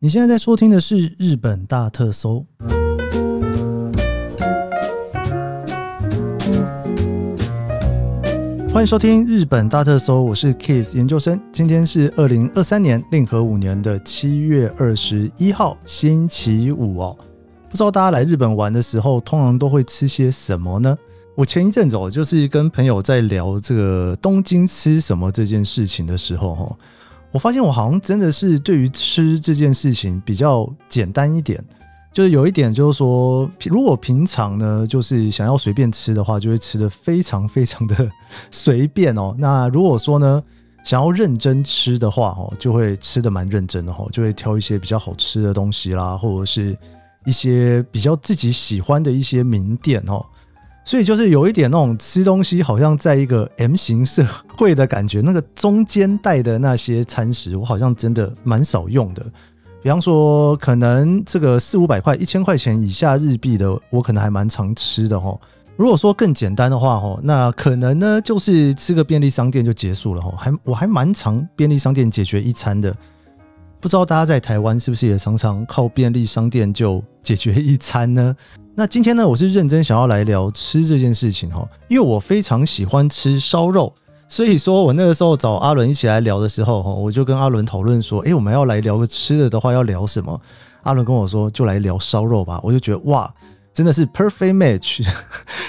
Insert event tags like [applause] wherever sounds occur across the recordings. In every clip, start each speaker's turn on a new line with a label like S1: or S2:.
S1: 你现在在收听的是《日本大特搜》。欢迎收听《日本大特搜》，我是 Kiss 研究生。今天是二零二三年令和五年的七月二十一号，星期五哦。不知道大家来日本玩的时候，通常都会吃些什么呢？我前一阵子哦，就是跟朋友在聊这个东京吃什么这件事情的时候，哦，我发现我好像真的是对于吃这件事情比较简单一点，就是有一点就是说，如果平常呢，就是想要随便吃的话，就会吃的非常非常的 [laughs] 随便哦。那如果说呢，想要认真吃的话，哦，就会吃的蛮认真的哦，就会挑一些比较好吃的东西啦，或者是一些比较自己喜欢的一些名店哦。所以就是有一点那种吃东西好像在一个 M 型社会的感觉，那个中间带的那些餐食，我好像真的蛮少用的。比方说，可能这个四五百块、一千块钱以下日币的，我可能还蛮常吃的哦。如果说更简单的话哦，那可能呢就是吃个便利商店就结束了哦。还我还蛮常便利商店解决一餐的。不知道大家在台湾是不是也常常靠便利商店就解决一餐呢？ [laughs] 那今天呢，我是认真想要来聊吃这件事情哦，因为我非常喜欢吃烧肉，所以说我那个时候找阿伦一起来聊的时候哦，我就跟阿伦讨论说，诶，我们要来聊个吃的的话，要聊什么？阿伦跟我说，就来聊烧肉吧。我就觉得哇，真的是 perfect match，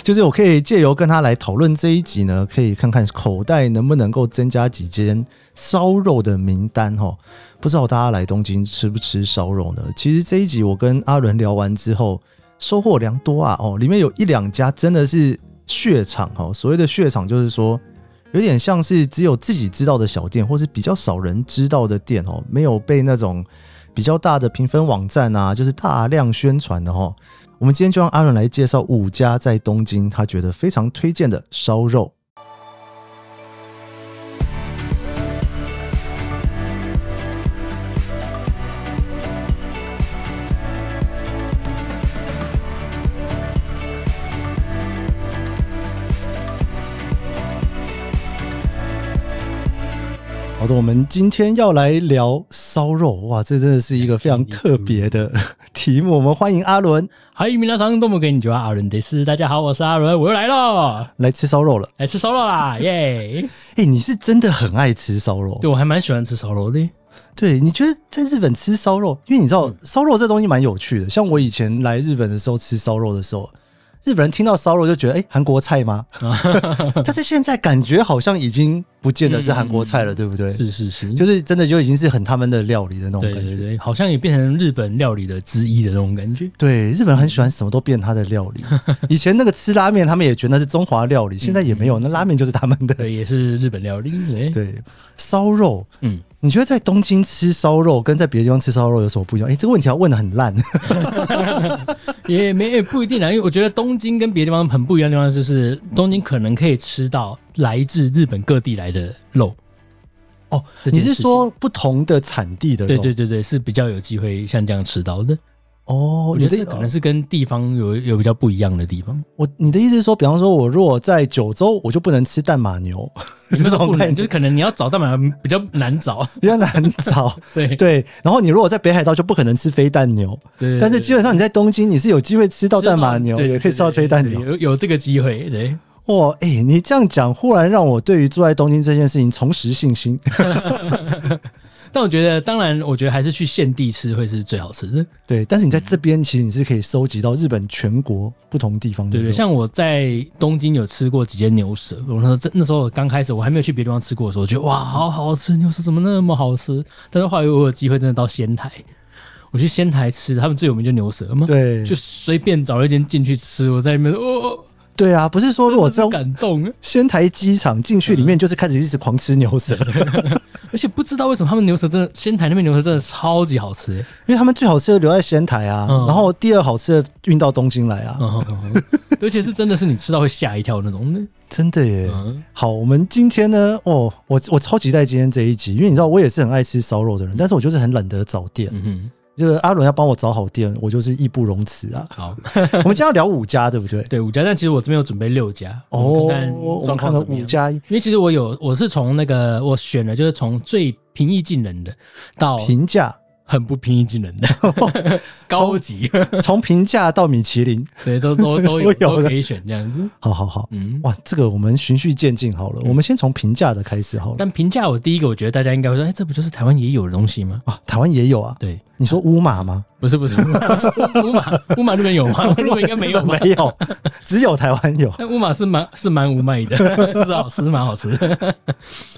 S1: 就是 [laughs] 我可以借由跟他来讨论这一集呢，可以看看口袋能不能够增加几间烧肉的名单哦。不知道大家来东京吃不吃烧肉呢？其实这一集我跟阿伦聊完之后。收获良多啊！哦，里面有一两家真的是血场哦。所谓的血场，就是说有点像是只有自己知道的小店，或是比较少人知道的店哦，没有被那种比较大的评分网站啊，就是大量宣传的哦。我们今天就让阿伦来介绍五家在东京他觉得非常推荐的烧肉。好的，我们今天要来聊烧肉，哇，这真的是一个非常特别的 [laughs] 题目。我们欢迎阿伦
S2: 嗨，皆さんどうもこんにちは、啊阿伦德斯。大家好，我是阿伦，我又来 [laughs] 喽，
S1: 来吃烧肉了。
S2: 来吃烧肉啦，耶！
S1: 哎、你是真的很爱吃烧肉，啊
S2: 对我还蛮喜欢吃烧肉的。
S1: 对，你觉得在日本吃烧肉，因为你知
S2: 嗯
S1: 道烧肉这东西蛮有趣的。像我以前来日本的时候吃烧肉的时候，日本人听到烧肉就觉得哎，诶韩国菜
S2: [laughs]
S1: 吗？但是现在感觉好像已经不见得是韩国菜了，
S2: 嗯
S1: 对不对？
S2: 是是是，
S1: 就是真的就已经是很他们的料理的那种
S2: 对
S1: 感觉。
S2: 对对，好像也变成日本料理的之一的那种感觉。
S1: 对日本人很喜欢什么都变他的料
S2: [laughs]
S1: 理。以前那个吃拉面，他们也觉得那是中华
S2: 嗯
S1: 料理，现在也没有，那拉面就是他们的。
S2: 对，也是日本料理。对，
S1: 对，烧肉，
S2: 嗯，
S1: 你觉得在东京吃烧肉跟在别的地方吃烧肉有什么不一样？哎、这个问题要问的很烂。
S2: 也没也不一定啦，啊因为我觉得东京跟别的地方很不一样的地方就是，东京可能可以吃到来自日本各地来的肉。
S1: 哦，
S2: 这
S1: 你
S2: 件事
S1: 是
S2: 情
S1: 说不同的产地的肉？
S2: 对对对对，是比较有机会像这样吃到的。
S1: 哦，
S2: 我
S1: 你
S2: 觉
S1: 的
S2: 得这可能是跟地方有有比较不一样的地 [laughs] 方。
S1: 我你的意思是说，比方说，我如果在九州，我就不能吃蛋马
S2: [laughs]
S1: 牛，这种
S2: 不能
S1: 感
S2: 就
S1: 觉
S2: 是可能你要找到嘛，比较难找。
S1: 比较难找。
S2: 对对
S1: 对，然后你如果在北海道，就不可能吃飞蛋牛，
S2: 对
S1: 但是基本上你在东京，你是有机会吃到
S2: 对
S1: 蛋马牛，
S2: 对对
S1: 也可以吃到飞蛋
S2: 对
S1: 牛。
S2: 有有这个机会，对，
S1: 哇，哎、你这样讲，忽然让我对于住在东京这件事情重拾信心。 [laughs]
S2: 但我觉得，当然，我觉得还是去现地吃会是最好吃的。
S1: 对，但是你在这边，其实你是可以收集到日本全国不同地方的
S2: 对
S1: 肉。
S2: 对，像我在东京有吃过几间牛舌，我那时候真那时候刚开始我还没有去别的地方吃过的时候，我觉得哇，好好吃，牛舌怎么那么好吃？但是后来我有机会真的到仙台，我去仙台吃，他们最有名就牛舌嘛，，
S1: 对，
S2: 就随便找一间进去吃，我在里面哦，
S1: 对啊，不是说如果这种
S2: 真的是感动。
S1: 仙台机场进去里
S2: 嗯
S1: 面，就是开始一直狂吃牛
S2: [laughs]
S1: 舌，
S2: 而且不知道为什么他们牛舌真的，仙台那边牛舌真的超级好吃、欸。
S1: 因为他们最好吃的留在仙台啊，
S2: 嗯
S1: 然后第二好吃的运到东京来啊，
S2: 嗯哼哼哼 [laughs] 尤其是真的是你吃到会吓一跳那种的。
S1: 真的耶。
S2: 嗯，
S1: 好，我们今天呢，哦，我我超期待今天这一集，因为你知道我也是很爱吃烧肉的人，但是我就是很懒得找店，
S2: 嗯。
S1: 就是阿伦要帮我找好店，我就是义不容辞啊
S2: [laughs] 好，
S1: 我们今天要聊五家，对不对？
S2: 对五家，但其实我这边有准备六家，
S1: 哦，
S2: 我们看看
S1: 我们
S2: 状
S1: 看
S2: 况
S1: 到
S2: 怎么
S1: 五
S2: 样。
S1: 家
S2: 因为其实我有，我是从那个我选了，就是从最平易近人的到
S1: 评价，
S2: 很不平易近人的，
S1: 哦
S2: [laughs] 高级，
S1: 从平价到米其林，
S2: 对，都都
S1: [laughs]
S2: 都有
S1: 都有
S2: 都
S1: 的
S2: 可以选这样子。
S1: 好好好，
S2: 嗯，
S1: 哇，这个我们循序渐进好了，我们先从平价的开始好了。
S2: 但评价我第一个，我觉得大家应该会说，哎，这不就是台湾也有的东西吗？
S1: 啊，台湾也有啊，
S2: 对，
S1: 你说乌马吗？
S2: 不是
S1: [laughs]
S2: 不是，乌马乌马日本有吗？日本应该没有吧？
S1: 没有，只有台湾有。
S2: 但乌马是蛮是蛮无卖的， [laughs] 是好吃，蛮好吃 [laughs] 的。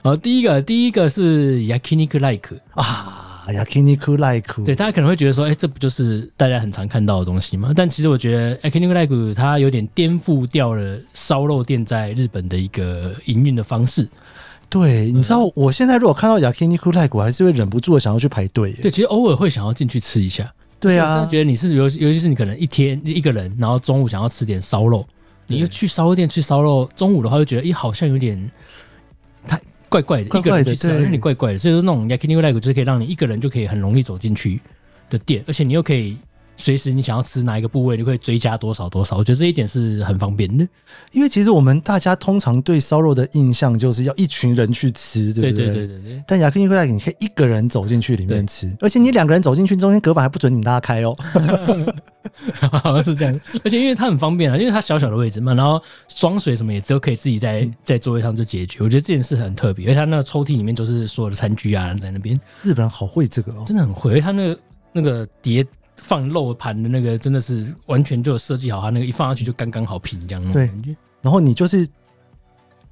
S2: 好，第一个第一个是 yakiniku like，
S1: 啊，yakiniku like，
S2: 对，大家可能会觉得说，哎、这不就是大家很常看到的东西吗？但其实我觉得 yakiniku like 它有点颠覆掉了烧肉店在日本的一个营运的方式。
S1: 对你知道我现在如果看到 yakiniku like，我还是会忍不住的想要去排队耶。
S2: 对，其实偶尔会想要进去吃一下。
S1: 对
S2: 我真
S1: 啊
S2: 的，觉得你是尤尤其是你可能一天一个人，然后中午想要吃点烧肉，你就去烧肉店吃烧肉，中午的话就觉得，咦，好像有点太怪怪的，
S1: 怪
S2: 一个
S1: 怪
S2: 人
S1: 的
S2: 去吃
S1: 对
S2: 好像有点怪怪的，所以说那种 yakiniku like 就是可以让你一个人就可以很容易走进去的店，而且你又可以。随时你想要吃哪一个部位，你会追加多少多少，我觉得这一点是很方便的。
S1: 因为其实我们大家通常对烧肉的印象就是要一群人去吃，对
S2: 对
S1: 不
S2: 对对对对，
S1: 但雅克尼克莱，你可以一个人走进去里面
S2: 对
S1: 吃，而且你两个人走进去，中间隔板还不准你拉
S2: [laughs]
S1: 开哦。
S2: 好 [laughs] 像是这样。而且因为它很方便啊，因为它小小的位置嘛，然后装水什么也只有可以自己
S1: 嗯
S2: 在在座位上就解决。我觉得这件事很特别，而且它那个抽屉里面就是所有的餐具啊在那边，
S1: 日本人好会这个哦，
S2: 真的很会。而且它那个那个碟放肉盘的那个真的是完全就有设计好，它那个一放上去就刚刚好平这样那种
S1: 对
S2: 感觉。
S1: 然后你就是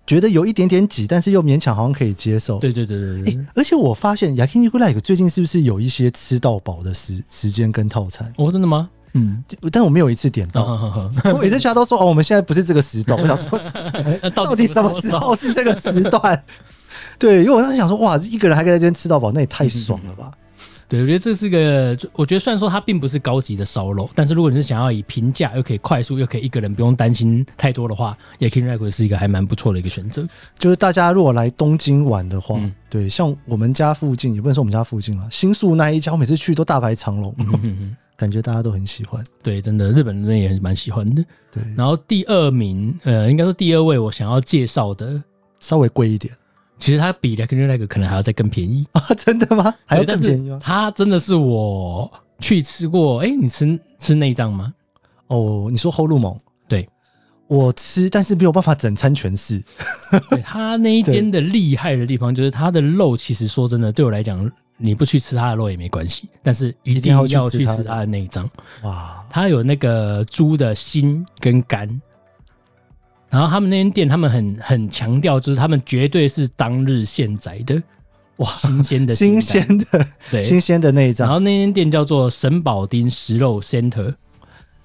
S1: 觉得有一点点挤，但是又勉强好像可以接受。
S2: 对对对对对
S1: 诶，而且我发现 Yakiniku Like 最近是不是有一些吃到饱的时时间跟套餐？
S2: 哦，真的吗？嗯，啊
S1: 就但我没有一次点
S2: 好
S1: 到，
S2: 好好好，
S1: 我 [laughs] 每次去他都说哦，我们现在不是这个时段。
S2: 哎
S1: 我想说，
S2: [laughs] 那
S1: [laughs] 到底什么时候？是这个时段？对，因为我当时想说，哇，一个人还可以在这边吃到饱，那也太爽了
S2: 嗯
S1: 吧！
S2: 对，我觉得这是个，我觉得虽然说它并不是高级的烧肉，但是如果你是想要以平价又可以快速又可以一个人不用担心太多的话，也 King Rack 是一个还蛮不错的一个选择。
S1: 就是大家如果来东京玩的话，
S2: 嗯
S1: 对，像我们家附近，也不能说我们家附近了，新宿那一家，我每次去都大排长龙，
S2: 嗯，
S1: 感觉大家都很喜欢。
S2: 对，真的日本人也蛮喜欢的。
S1: 对，
S2: 然后第二名，呃，应该说第二位我想要介绍的，
S1: 稍微贵一点 [laughs]
S2: 其实它比 King Rack 可能还要再更便宜，
S1: 啊，真的吗？还要
S2: 对
S1: 更便宜吗
S2: 但是？它真的是我去吃过，哎，你吃吃内脏吗？
S1: 哦，你说后路蒙？
S2: 对，
S1: 我吃，但是没有办法整餐全是。
S2: [laughs] 对他那一间的厉害的地方，就是它的肉，其实说真的，对我来讲，你不去吃它的肉也没关系，但是一定
S1: 一定要
S2: 要
S1: 去吃
S2: 去
S1: 它的
S2: 吃它的内脏。
S1: 哇，
S2: 它有那个猪的心跟肝，然后他们那间店，他们很很强调，就是他们绝对是当日现宰的，
S1: 哇
S2: 新鲜的哎
S1: 新
S2: 肝
S1: 鲜的，新
S2: 对。
S1: 鲜的那一
S2: 然
S1: 张
S2: 后那间店叫做神保町食肉 Center，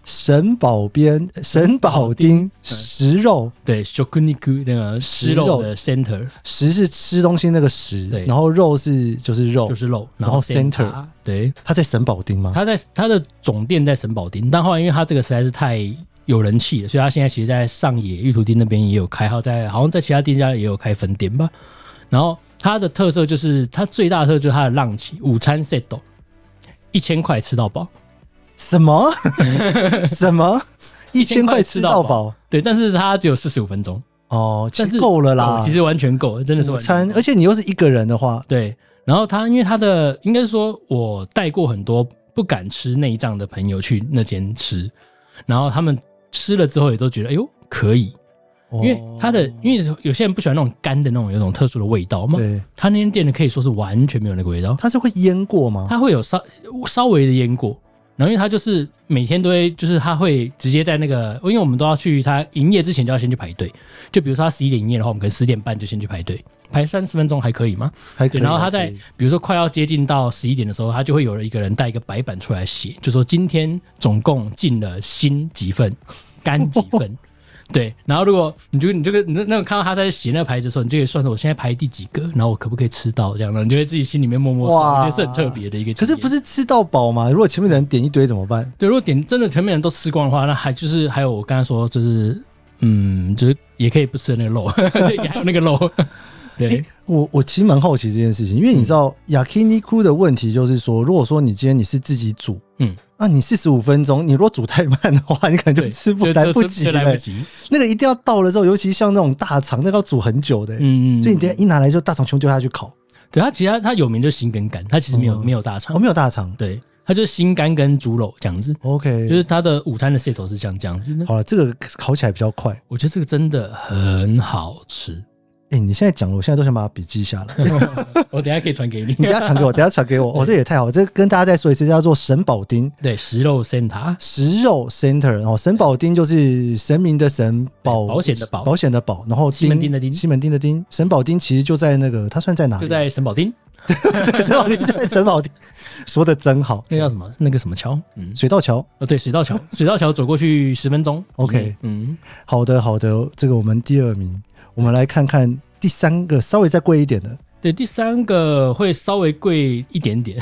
S1: 神保边神保
S2: 嗯
S1: 町食肉，
S2: 对 Shokuniku 那个
S1: 食
S2: 食
S1: 肉
S2: 肉的 Center
S1: 食是吃东西那个食，
S2: 对
S1: 然后肉是就是肉，
S2: 就是肉，
S1: 然
S2: 然
S1: 后
S2: 后
S1: center
S2: 对，
S1: 他在神保町吗？
S2: 他在他的总店在神保町，但后来因为他这个实在是太有人气了，所以他现在其实，在上野玉图町那边也有开，还有在好像在其他店家也有开分店吧。然后它的特色就是，它最大的特色就是它的浪起午餐 set 一千块吃到饱，
S1: 什
S2: [laughs]
S1: 么什么一千块吃到饱？
S2: 对，但是它只有四十五分钟，
S1: 哦，其
S2: 但
S1: 实
S2: 是
S1: 够了啦
S2: 哦，其实完全够了，真的是
S1: 午
S2: 完全
S1: 餐
S2: 够，
S1: 而且你又是一个人的话，
S2: 对，然后他因为他的应该是说，我带过很多不敢吃内脏的朋友去那间吃，然后他们吃了之后也都觉得，哎呦可以，
S1: 因
S2: 因为它的因为有些人不喜欢那种干的那种有种特殊的味道嘛，
S1: 对，哦
S2: 他那间店的可以说是完全没有那个味道，
S1: 它是会腌过吗？
S2: 它会有稍稍微的腌过。然后，因为它就是每天都会，就是他会直接在那个，因为我们都要去他营业之前就要先去排队。就比如说他十一点营业的话，我们可能十点半就先去排队，排三十分钟还可以吗？
S1: 还可以
S2: 对，然后他
S1: 还
S2: 在
S1: 可以
S2: 比如说快要接近到十一点的时候，他就会有一个人带一个白板出来写，就说今天总共进了心
S1: [laughs]
S2: 几份，肝几份。对，然后如果你就你这个你那那种看到他在写那个牌子的时候，你就可以算出我现在排第几个，然后我可不可以吃到这样的，你就会自己心里面默默
S1: 哇
S2: 算，我觉得是很特别的一个。
S1: 可是不。是吃到饱吗？如果前面的人点一堆怎么办？
S2: 对，如果点真的全面人都吃光的话，那还就是还有我刚才说，就是嗯，就是也可以不吃的那个肉， [laughs] 对，还有那个
S1: [laughs]
S2: 肉，对，
S1: 我我其实蛮好奇这件事情，因为你知道
S2: 嗯
S1: yakiniku 的问题就是说，如果说你今天你是自己煮，
S2: 嗯，
S1: 那你四十五分钟，你如果煮太慢的话，你可能 [laughs] 就
S2: 对，
S1: 吃不
S2: 就
S1: 来
S2: 就
S1: 不
S2: 就
S1: 及
S2: 就
S1: 了
S2: 来不及，
S1: 那个一定要到了之后，尤其像那种大肠，那个要煮很久的、
S2: 嗯嗯，
S1: 所以你等一下一拿来就大肠全部丢下去烤。
S2: 对它其实它它有名就是新跟干，它其实没有、
S1: 哦
S2: 没有大肠，
S1: 哦，没有大肠。
S2: 对，它就是新干跟猪肉这样子，
S1: OK，
S2: 就是它的午餐的 set 是像这样子的。
S1: 好了，这个烤起来比较快。
S2: 我觉得这个真的很好
S1: [laughs]
S2: 吃，
S1: 哎、你现在讲了，我现在都想把它笔记
S2: [laughs]
S1: 下来。
S2: 我等一下可以传给你。
S1: 你等一下传给我，等一下传给我。哦，这也太好，这跟大家再说一次，叫做神保町
S2: [laughs] 对，食肉 center，
S1: 食肉 center 哦，神保町就是神明的神保
S2: 保险的保
S1: 保险的保，然后
S2: 西门町的町
S1: 西门町的町，神保町其实就在那个，它算在哪里？
S2: 就在神保町，
S1: [laughs] 对，神保
S2: [laughs]
S1: 町就在神保町，说的真好。
S2: 那叫什么？那个什么桥？嗯，
S1: 水道桥，
S2: 哦，对，水道桥，水道桥走过去十分钟。
S1: OK
S2: 嗯，
S1: 好的好的，这个我们第二名，我们来看看第三个稍微再贵一点的，
S2: 对，第三个会稍微贵一点 [laughs] 点，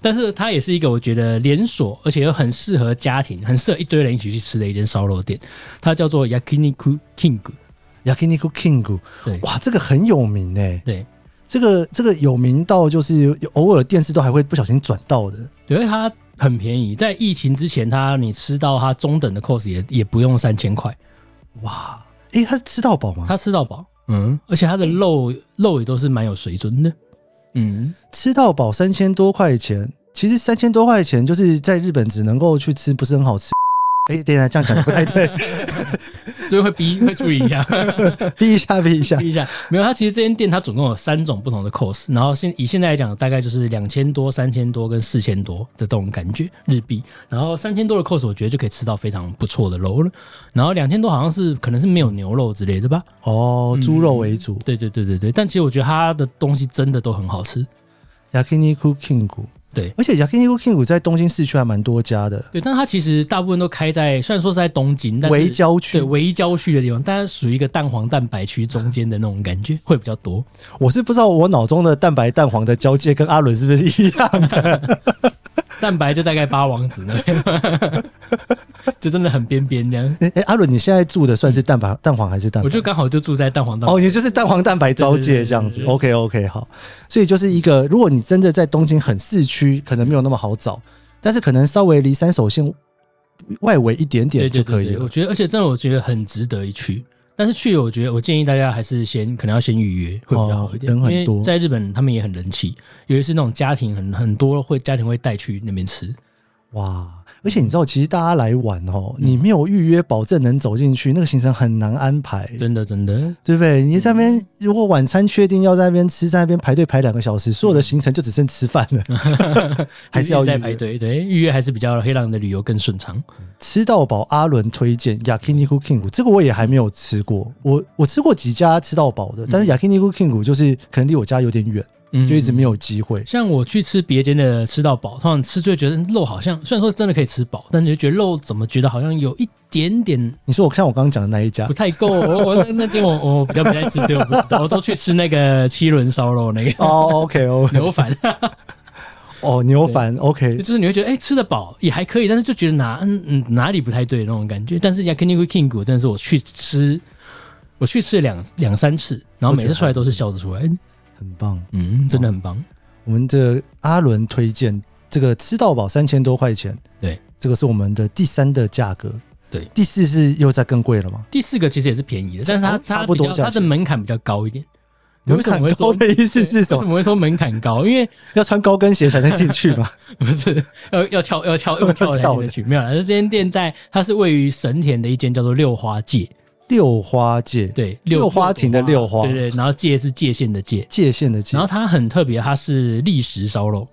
S2: 但是它也是一个我觉得连锁，而且又很适合家庭，很适合一堆人一起去吃的一间烧肉店，它叫做 Yakiniku King。
S1: Yakiniku King，
S2: 对
S1: 哇，这个很有名哎、
S2: 对，
S1: 这个这个有名到就是有偶尔电视都还会不小心转到的，
S2: 对，因为它很便宜，在疫情之前它，你吃到它中等的 cos 也也不用三千块，
S1: 哇！诶，他吃到饱吗？
S2: 它吃到饱。嗯，而且它的肉肉也都是蛮有水准的。嗯，
S1: 吃到饱三千多块钱，其实三千多块钱就是在日本只能够去吃，不是很好吃。诶，等一下这样讲不太
S2: [laughs]
S1: 对，
S2: 就会逼会处理一下。
S1: 逼一下逼一下
S2: [laughs] 记。一下，没有，它其实这间店它总共有三种不同的 cos，然后现以现在来讲，大概就是两千多、三千多跟四千多的这种感觉日币，然后三千多的 cos 我觉得就可以吃到非常不错的肉了，然后两千多好像是可能是没有牛肉之类的吧，
S1: 哦，
S2: 嗯
S1: 猪肉为主。
S2: 对对对对对，但其实我觉得它的东西真的都很好吃，
S1: Yakiniku King 骨，
S2: 对
S1: 而且 Yakiniku King 骨在东京市区还蛮多家的。
S2: 对，但它其实大部分都开在虽然说是在东京，但是
S1: 围郊区
S2: 对围郊区的地方，但是属于一个蛋黄蛋白区中间的那种感觉会比较多，
S1: 我是不知道我脑中的蛋白蛋黄的交界跟阿伦是不是一样
S2: [laughs]
S1: 的。
S2: 蛋白就大概八王子那边， [laughs] 就真的很边边这样。
S1: 诶，诶阿伦，你现在住的算是蛋白蛋黄还是蛋
S2: 我
S1: 白？
S2: 就刚好就住在蛋黄蛋白，
S1: 哦，也就是蛋黄蛋白交界这样子
S2: 嗯对对对对。对
S1: OK OK，好，所以就是一个，如果你真的在东京很市区，可能没有那么好找，但是可能稍微离三手线外围一点点
S2: 对对
S1: 就可
S2: 对
S1: 以
S2: 对，
S1: 了
S2: 我。觉得，而且真的我觉得很值得一去。但是去了，我觉得我建议大家还是先可能要先预约会比较好一
S1: 哦
S2: 点，
S1: 人很多
S2: 因为在日本他们也很人气，尤其是那种家庭很很多会家庭会带去那边吃。
S1: 哇！而且你知道，其实大家来玩哦，你
S2: 嗯
S1: 没有预约，保证能走进去，那个行程很难安排，
S2: 真的真的，
S1: 对不对？你在那
S2: 嗯
S1: 边如果晚餐确定要在那边吃，在那边排队排两个小时，所有的行程就只剩吃饭了，
S2: [laughs]
S1: 还是要
S2: 嗯一直在
S1: 预
S2: 排
S1: 约。
S2: 队，对，预约还是比较会让你的旅游更顺畅。
S1: 吃到饱，阿伦推荐 Yakiniku King 这个我也还没有吃过，我我吃过几家吃到饱的，但是 Yakiniku King 就是可能离我家有点远，
S2: 嗯
S1: 就一直没有机会。
S2: 像我去吃别间的吃到饱，通常吃就会觉得肉好像虽然说真的可以吃饱，但你就觉得肉怎么觉得好像有一点点
S1: 你说我像我刚刚讲的那一家
S2: 不，太够。我 [laughs] 我那那间我我比较不爱吃，所以我不知道，我都去吃那个七轮烧肉那个
S1: 哦，OK
S2: [laughs]
S1: 哦，
S2: 牛反，
S1: 哦牛凡
S2: 就
S1: OK，
S2: 是你会觉得哎、吃得饱也还可以，但是就觉得哪嗯嗯哪里不太对那种感觉。但是 Yakiniku King 我真的是我去吃，我去吃了两两三次，然后每次出来都是笑着出来，
S1: 很棒。
S2: 嗯，真的很棒。
S1: 我们的阿伦推荐这个吃到饱三千多块钱，
S2: 对，
S1: 这个是我们的第三的价格，
S2: 对
S1: 第四是又再更贵了吗？
S2: 第四个其实也是便宜的，但是它
S1: 哦差
S2: 它
S1: 不多
S2: 比
S1: 价
S2: 较它的
S1: 钱
S2: 门槛比较高一点。
S1: 门
S2: 为什么
S1: 槛
S2: 会
S1: 高
S2: 说
S1: 的意思是什
S2: 为什
S1: 么？
S2: 么会说门槛高？因为
S1: 要穿高跟鞋才能进去
S2: [laughs]
S1: 吗？
S2: 不是要要跳要
S1: [laughs]
S2: 跳要跳才
S1: 跳
S2: 进得去，没有啦。那这间店在它是位于神田的一间叫做六花界，
S1: 六花界，，
S2: 对，
S1: 六花亭的六花
S2: 对对，然后界是界限的界，
S1: 界限的界
S2: 然。后它很特别，它是立食烧肉，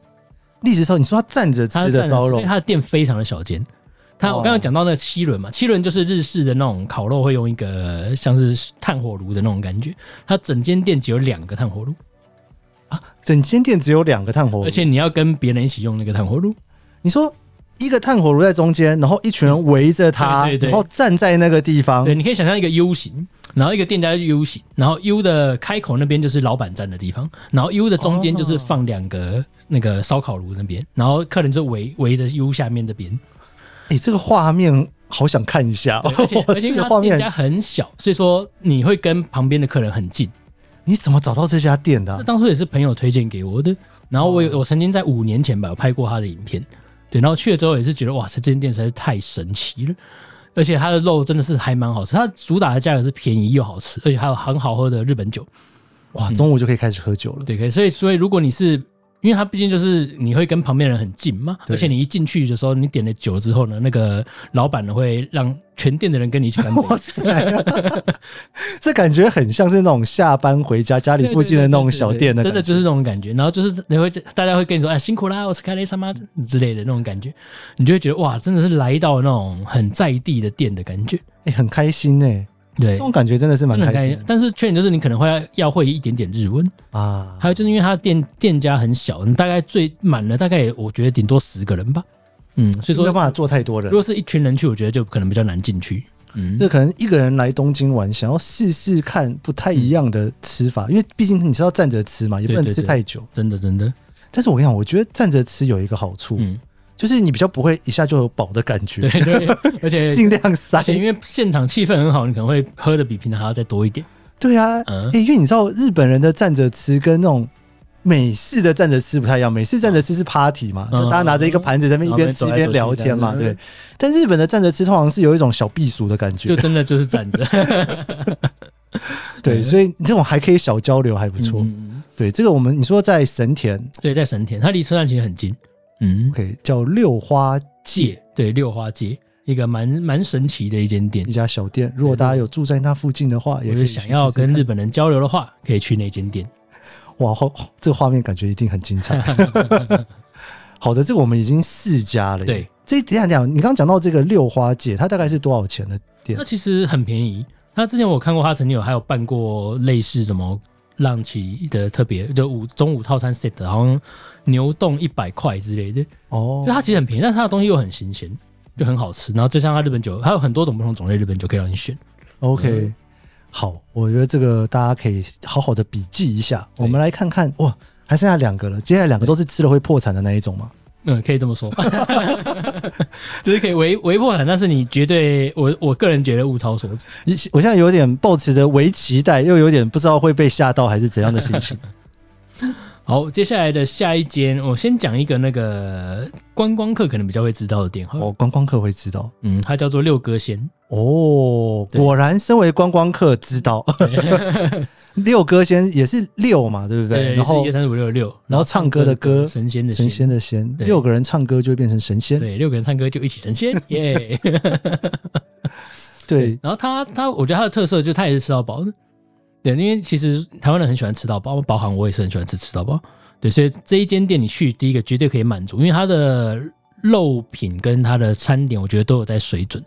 S1: 历史烧，你说他站着
S2: 它
S1: 吃
S2: 是
S1: 的烧
S2: 所
S1: 肉
S2: 以，它的店非常的小间。它
S1: 哦
S2: 我刚刚讲到那个七轮嘛，七轮就是日式的那种烤肉，会用一个像是炭火炉的那种感觉。它整间店只有两个炭火炉，
S1: 整间店只有两个炭火炉，
S2: 而且你要跟别人一起用那个炭火炉，
S1: 你说一个炭火炉在中间，然后一群人围着它，
S2: 对对对
S1: 然后站在那个地方
S2: 对，，你可以想象一个 U 型，然后一个店家就是 U 型，然后 U 的开口那边就是老板站的地方，然后 U 的中间就是放两个那个烧烤炉那边，然后客人就围围着 U 下面这边，
S1: 哎、这个画面好想看一下，哦
S2: 对而且
S1: 哇
S2: 而且
S1: 这
S2: 因为
S1: 个
S2: 它
S1: 画
S2: 店家
S1: 面，
S2: 很小，所以说你会跟旁边的客人很近。
S1: [laughs] 你怎么找到这家店的啊、哦
S2: 这当初也是朋友推荐给我的，然后我有我曾经在五年前吧有拍过他的影片，对，然后去了之后也是觉得哇，这间店实在是太神奇了。而且它的肉真的是还蛮好吃，它主打的价格是便宜又好吃，而且还有很好喝的日本酒。
S1: 哇，中午就可以开始喝酒了。
S2: 嗯对，可以。所以，所以如果你是，因为它毕竟就是你会跟旁边人很近嘛，
S1: 对
S2: 而且你一进去的时候，你点了酒之后呢，那个老板呢会让全店的人跟你一起干
S1: [laughs]
S2: 杯。
S1: 哇塞、 [laughs] 这感觉很像是那种下班回家家里附近的那种小店的
S2: 的，真
S1: 感
S2: 的
S1: 觉。
S2: 就是那种感觉。然后就是你会大家会跟你说，哎，辛苦啦，我是开雷萨妈之类的那种感觉，你就会觉得哇，真的是来到那种很在地的店的感觉。
S1: 哎、很开心哎、
S2: 对
S1: 这，种感觉真的是蛮
S2: 真的很
S1: 开
S2: 开
S1: 心
S2: 心。但是缺点就是你可能会要要会一点点日文，
S1: 的啊
S2: 还。有就是因为它的店店家很小，你大概最满了大概也我觉得顶多十个人吧。嗯，所以
S1: 没
S2: 说
S1: 有办法做太多人
S2: 如，果是一群人去，我觉得就可能比较难进去。嗯，
S1: 这可能一个人来东京玩，想要试试看不太一样的吃法，因为毕竟你是要站着吃嘛，也不能
S2: 嗯对对
S1: 吃
S2: 对
S1: 太久。
S2: 真的真的，
S1: 但是我跟你讲，我觉得站着吃有一个好处，
S2: 嗯，
S1: 就是你比较不会一下就有饱的感
S2: 对
S1: [laughs] 觉，
S2: 对，而且
S1: 尽量塞
S2: 而。且因为现场气氛很好，你可能会喝的比平常还要再多一点。
S1: 对啊，
S2: 嗯
S1: 诶因为你知道日本人的站着吃跟那种美式的站着吃不太一样，美式站着吃是 party 嘛，
S2: 嗯
S1: 就大家拿着一个盘子在那边一边吃一边聊天嘛，
S2: 嗯嗯嗯
S1: 对。但日本的站着吃通常是有一种小避暑的感
S2: 就
S1: 觉，
S2: 真的就是站着，
S1: 对，所以这种还可以小交流，还不错。
S2: 嗯
S1: 对，这个我们你说在神田
S2: 对，在神田，它离车站其实很近。嗯，
S1: ，OK，叫六花界
S2: 界对六花街，一个蛮蛮神奇的一间店
S1: 一。家小店，如果大家有住在那附近的话，也
S2: 我
S1: 可以
S2: 是想要
S1: 去试试
S2: 跟日本人交流的话，可以去那间店。
S1: 哇，后这个画面感觉一定很精
S2: [laughs]
S1: 彩。好的，这个我们已经四家了耶。
S2: 对，
S1: 这等一下讲，你刚刚讲到这个六花界，它大概是多少钱的店
S2: 那？其实很便宜。他之前我看过，他曾经有还有办过类似什么浪奇的特别，就午中午套餐 set，好像牛冻一百块之类的。
S1: 哦
S2: 就，它其实很便宜，但是它的东西又很新鲜，就很好吃。然后再像它日本酒，还有很多种不同种类日本酒可以让你选。
S1: OK，、好，
S2: 嗯
S1: 我觉得这个大家可以好好的笔记一下。
S2: 对
S1: 我们来看看，哇，还剩下两个了，接下来两个都是吃了会破产的那一种吗？
S2: 嗯，可以这么说， [laughs] 就是可以围围破产，但是你绝对，我我个人觉得物超所值。
S1: 你我现在有点抱持着为期待，又有点不知道会被吓到还是怎样的心
S2: [laughs]
S1: 情。
S2: 好，接下来的下一间，我先讲一个那个观光客可能比较会知道的店哈，
S1: 哦，观光客会知道
S2: 嗯，它叫做六哥仙，
S1: 哦，
S2: 对
S1: 果然身为观光客知
S2: [laughs]
S1: 道。六哥先也是六嘛，对不对？然后
S2: 一二三四五六六，
S1: 然后唱歌的歌
S2: 神仙的
S1: 神仙
S2: 的，
S1: 的仙，
S2: 对
S1: 六个人唱歌就会变成神仙。
S2: 对，六个人唱歌就一起成仙，
S1: [laughs]
S2: 耶！
S1: 对，
S2: 然后它它，我觉得它的特色就是它也是吃到饱的，对，因为其实台湾人很喜欢吃到饱，包含我也是很喜欢吃吃到饱，对，所以这一间店你去第一个绝对可以满足，因为它的肉品跟它的餐点，我觉得都有在水准。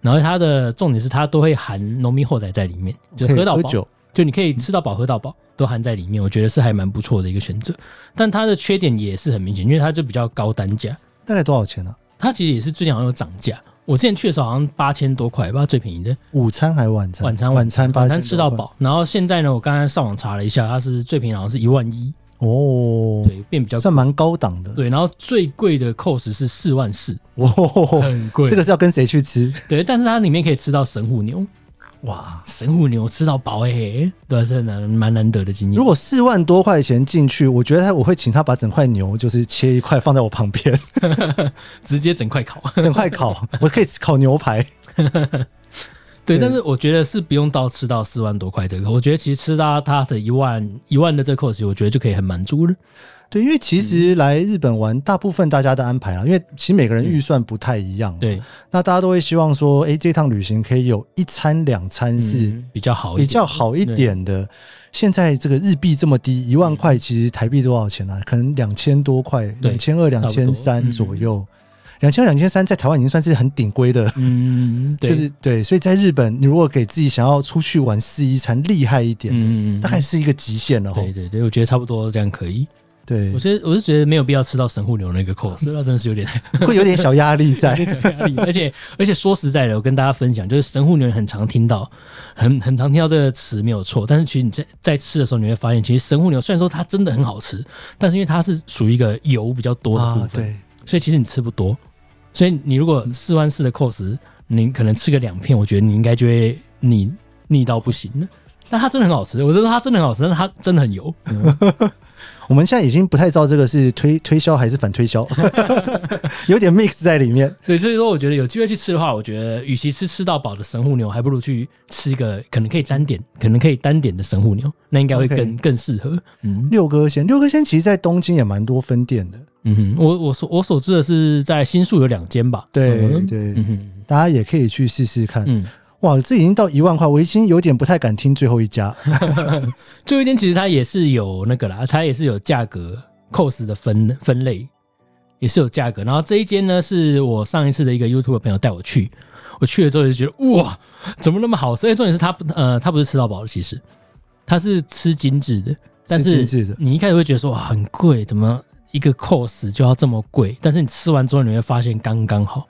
S2: 然后它的重点是它都会含农民后代在里面，就
S1: 可以
S2: 喝到
S1: 喝
S2: 饱，
S1: 酒
S2: 就你可以吃到饱、喝到饱，都含在里面，我觉得是还蛮不错的一个选择。但它的缺点也是很明显，因为它就比较高单价，
S1: 大概多少钱呢、啊？
S2: 它其实也是最近好像有涨价。我之前去的时候好像八千多块吧，最便宜的。
S1: 午餐还晚餐？
S2: 晚餐
S1: 晚餐八
S2: 晚
S1: 千
S2: 餐吃到
S1: 多
S2: 饱。然后现在呢，我刚刚上网查了一下，它是最便宜好像是一万一，
S1: 块哦，
S2: 对，变比较
S1: 算蛮高档的。
S2: 对。然后最贵的 cos 是四万四， [laughs]
S1: 哇、
S2: 很贵。
S1: 这个是要跟谁去吃？
S2: 对，但是它里面可以吃到神户牛，
S1: 哇！
S2: 神户牛吃到饱哎、对、啊，这难蛮难得的经验。
S1: 如果四万多块钱进去，我觉得他我会请他把整块牛就是切一块放在我旁边， [laughs]
S2: 直接整块烤，
S1: 整块烤， [laughs] 我可以烤牛排。
S2: 对，
S1: 对
S2: 但是我觉得是不用到吃到四万多块这个，我觉得其实吃到它的一万一万的这个 cos，我觉得就可以很满足了。
S1: 对，因为其实
S2: 嗯
S1: 来日本玩，大部分大家的安排啊，因为其实每个人预算不太一样，，
S2: 对，
S1: 那大家都会希望说，哎，这趟旅行可以有一餐两餐是
S2: 嗯比较好一点，
S1: 比较好一点的。现在这个日币这么低，一万块其实台币多少钱啊？可能两千多块，
S2: 嗯对
S1: 两千二、
S2: 差
S1: 两
S2: 不多
S1: 千三
S2: 嗯
S1: 左右。两千二、两千三在台湾已经算是很顶规的，
S2: 嗯，对，
S1: 就是对。所以在日本，你如果给自己想要出去玩试一餐厉害一点，
S2: 嗯，
S1: 大概是一个极限了吼。
S2: 对对对，我觉得差不多这样可以。
S1: 对
S2: 我，是我是觉得没有必要吃到神户牛那个 cos，那真的是有点
S1: 会有点小压力在。[laughs]
S2: 压力。而且而且说实在的，我跟大家分享，就是神户牛很常听到，很很常听到这个词没有错。但是其实你在在吃的时候，你会发现，其实神户牛虽然说它真的很好吃，但是因为它是属于一个油比较多的部
S1: 啊，
S2: 分，
S1: 对，
S2: 所以其实你吃不多。所以你如果四万四的 cos，你可能吃个两片，我觉得你应该就会腻腻到不行了。但它真的很好吃，我觉得它真的很好吃，但它真的很油。
S1: 我们现在已经不太知道这个是推推销还是反推
S2: [laughs]
S1: 销， [laughs] 有点 mix 在里面。
S2: 对，所以说我觉得有机会去吃的话，我觉得与其吃吃到饱的神户牛，还不如去吃一个可能可以单点，可能可以单点的神户牛，那应该会
S1: OK
S2: 更更适合。嗯
S1: 六哥鲜，六哥鲜其实在东京也蛮多分店的，
S2: 嗯哼，我我所我所知的是在新宿有两间吧？
S1: 对
S2: 嗯
S1: 对
S2: 嗯，哼
S1: 大家也可以去试试看。
S2: 嗯，
S1: 哇，这已经到一万块，我已经有点不太敢听最后一家。
S2: [laughs] 最后一间其实它也是有那个啦，它也是有价格 cos 的分分类，也是有价格。然后这一间呢，是我上一次的一个 YouTube 朋友带我去，我去了之后就觉得哇，怎么那么好吃？而且重点是它不呃，它不是吃到饱的，其实它是吃精致的，但
S1: 吃
S2: 是
S1: 精致的
S2: 你一开始会觉得说哇很贵，怎么一个 cos 就要这么贵？但是你吃完之后你会发现刚刚好，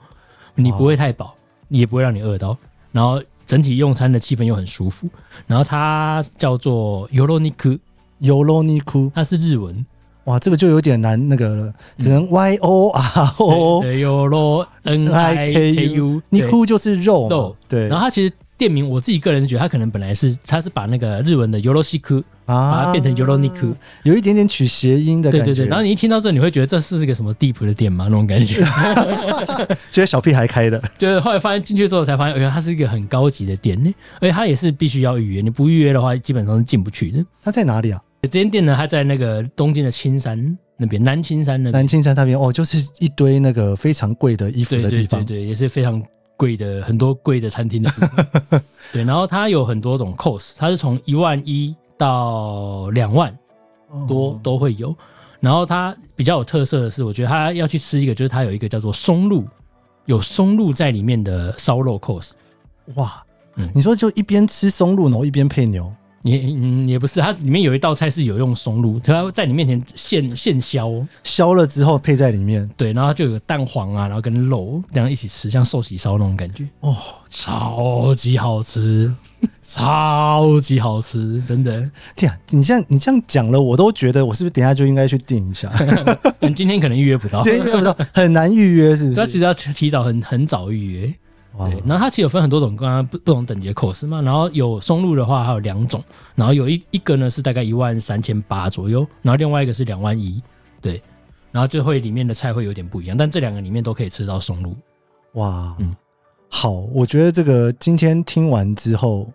S2: 你不会太饱，你也不会让你饿到，然后整体用餐的气氛又很舒服。然后它叫做 Yoroniku，
S1: 尤罗尼库，
S2: 它是日文
S1: 哇，这个就有点难那个了，只能 Y O R O。
S2: 嗯对，Yoro 哦 N I K U，
S1: 尼库就是肉嘛
S2: 肉，
S1: 对
S2: 然后它其实店名我自己个人觉得它可能本来是它是把那个日文的 Yoroshiku 把它变成 Yoroniku，
S1: 啊有一点点取谐音的
S2: 对
S1: 感
S2: 对
S1: 觉，
S2: 对，然后你一听到这你会觉得这是个什么 deep 的店吗？那种感 [laughs] 觉，
S1: 觉得小屁孩开的，
S2: 就是后来发现进去之后才发现，原来它是一个很高级的店呢，而且它也是必须要预约，你不预约的话基本上是进不去的。
S1: 他在哪里啊？
S2: 这间店呢，它在那个东京的青山那边，南青山那边。
S1: 南青山那边哦，就是一堆那个非常贵的衣服
S2: 对
S1: 的
S2: 对
S1: 地
S2: 对
S1: 方，
S2: 对，也是非常贵的，很多贵的餐厅的地方。
S1: [laughs]
S2: 对，然后它有很多种 cos，它是从一万一到两万
S1: 哦
S2: 多都会有。然后它比较有特色的是，我觉得它要去吃一个，就是它有一个叫做松露，有松露在里面的烧肉 cos。
S1: 哇
S2: 嗯！
S1: 你说就一边吃松露，然后一边配牛，
S2: 也嗯也不是，它里面有一道菜是有用松露，它会在你面前现现削哦，
S1: 削了之后配在里面，
S2: 对，然后它就有蛋黄啊，然后跟肉这样一起吃，像寿喜烧那种感觉。
S1: 哦，
S2: 超级好吃，超级好吃，真的。
S1: 天啊！你这样你这样讲了，我都觉得我是不是等一下就应该去订一
S2: [laughs]
S1: 下？
S2: 你今天可能预约不到，
S1: 对，不知道很难预约，是不哦
S2: 它其
S1: 是？
S2: 实要提早很很早预约。
S1: 哇
S2: 对，然后它其实有分很多种，刚刚不不同等级的 cos 嘛。然后有松露的话，还有两种，然后有一一个呢是大概一万三千八左右，然后另外一个是两万一，对。然后就会里面的菜会有点不一样，但这两个里面都可以吃到松露。
S1: 哇，
S2: 嗯
S1: 好，我觉得这个今天听完之后，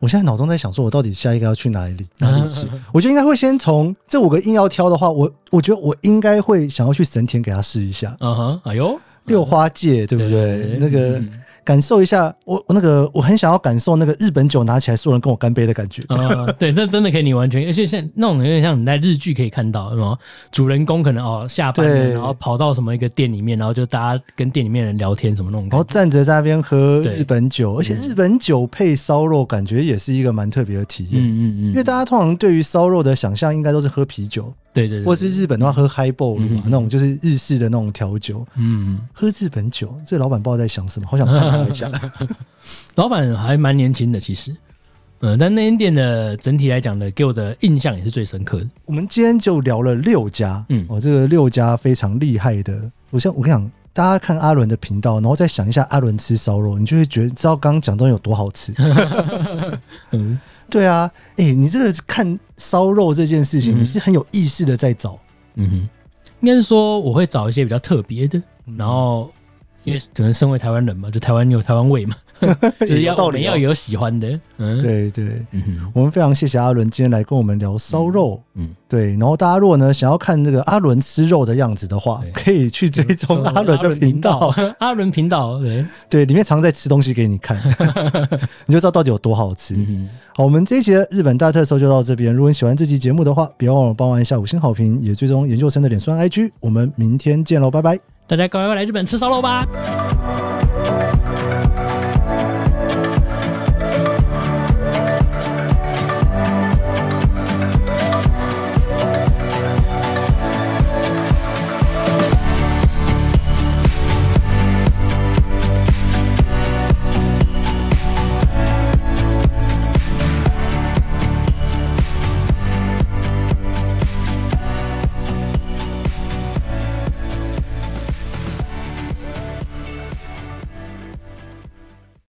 S1: 我现在脑中在想，说我到底下一个要去哪
S2: [laughs]
S1: 里哪里吃？我觉得应该会先从这五个硬要挑的话，我我觉得我应该会想要去神田给他试一下
S2: 嗯哼，哎呦，
S1: 六花
S2: 嗯
S1: 界，对不对？那个。感受一下，我我那个我很想要感受那个日本酒拿起来所有人跟我干杯的感觉。
S2: 呃，对，那真的可以，你完全，而且像那种有点像你在日剧可以看到，什么主人公可能哦下班了，
S1: 对
S2: 然后跑到什么一个店里面，然后就大家跟店里面人聊天什么那种
S1: 然
S2: 感
S1: 后
S2: 觉。
S1: 站着在那边喝
S2: 对嗯
S1: 日本酒，而且日本酒配烧肉，感觉也是一个蛮特别的体验。
S2: 嗯嗯嗯，
S1: 因为大家通常对于烧肉的想象，应该都是喝啤酒，
S2: 对对对，
S1: 或是日本的话喝 high ball 嘛，
S2: 嗯
S1: 那种就是日式的那种调酒。
S2: 嗯，
S1: 喝日本酒，这老板不知道在想什么，好想看他一
S2: [laughs]
S1: 下。
S2: 老板还蛮年轻的其实，嗯、但那间店的整体来讲的，给我的印象也是最深刻的。
S1: 我们今天就聊了六家，嗯
S2: 嗯，
S1: 哦，这个六家非常厉害的。我像我跟你讲，大家看阿伦的频道，然后再想一下阿伦吃烧肉，你就会觉得知道刚刚讲东西有多好
S2: [laughs]
S1: 吃。
S2: 嗯，
S1: 对啊，哎、你这个看烧肉这件事情，
S2: 嗯
S1: 你是很有意识的在找。
S2: 嗯哼，应该是说我会找一些比较特别的，
S1: 嗯
S2: 然后因为可能身为台湾人嘛，就台湾有台湾味嘛， [laughs] 就是
S1: 有
S2: 要
S1: 道
S2: 我们
S1: 理哦
S2: 要有喜欢的，嗯，，
S1: 对对，
S2: 嗯哼，
S1: 我们非常谢谢阿伦今天来跟我们聊烧肉。
S2: 嗯。
S1: 对，然后大家如果呢想要看这个阿伦吃肉的样子的话
S2: 对，
S1: 可以去追踪阿伦的频道。，
S2: [laughs] 阿伦频道，对，
S1: 对，里面常在吃东西给你
S2: [laughs]
S1: 看，你就知道到底有多好吃。
S2: 嗯
S1: 好，我们这一节日本大特搜就到这边。如果你喜欢这期节目的话，别忘了帮我按一下五星好评，也追踪研究生的脸书和 IG。我们明天见喽，拜拜。
S2: 哼，大家赶快来日本吃烧肉吧！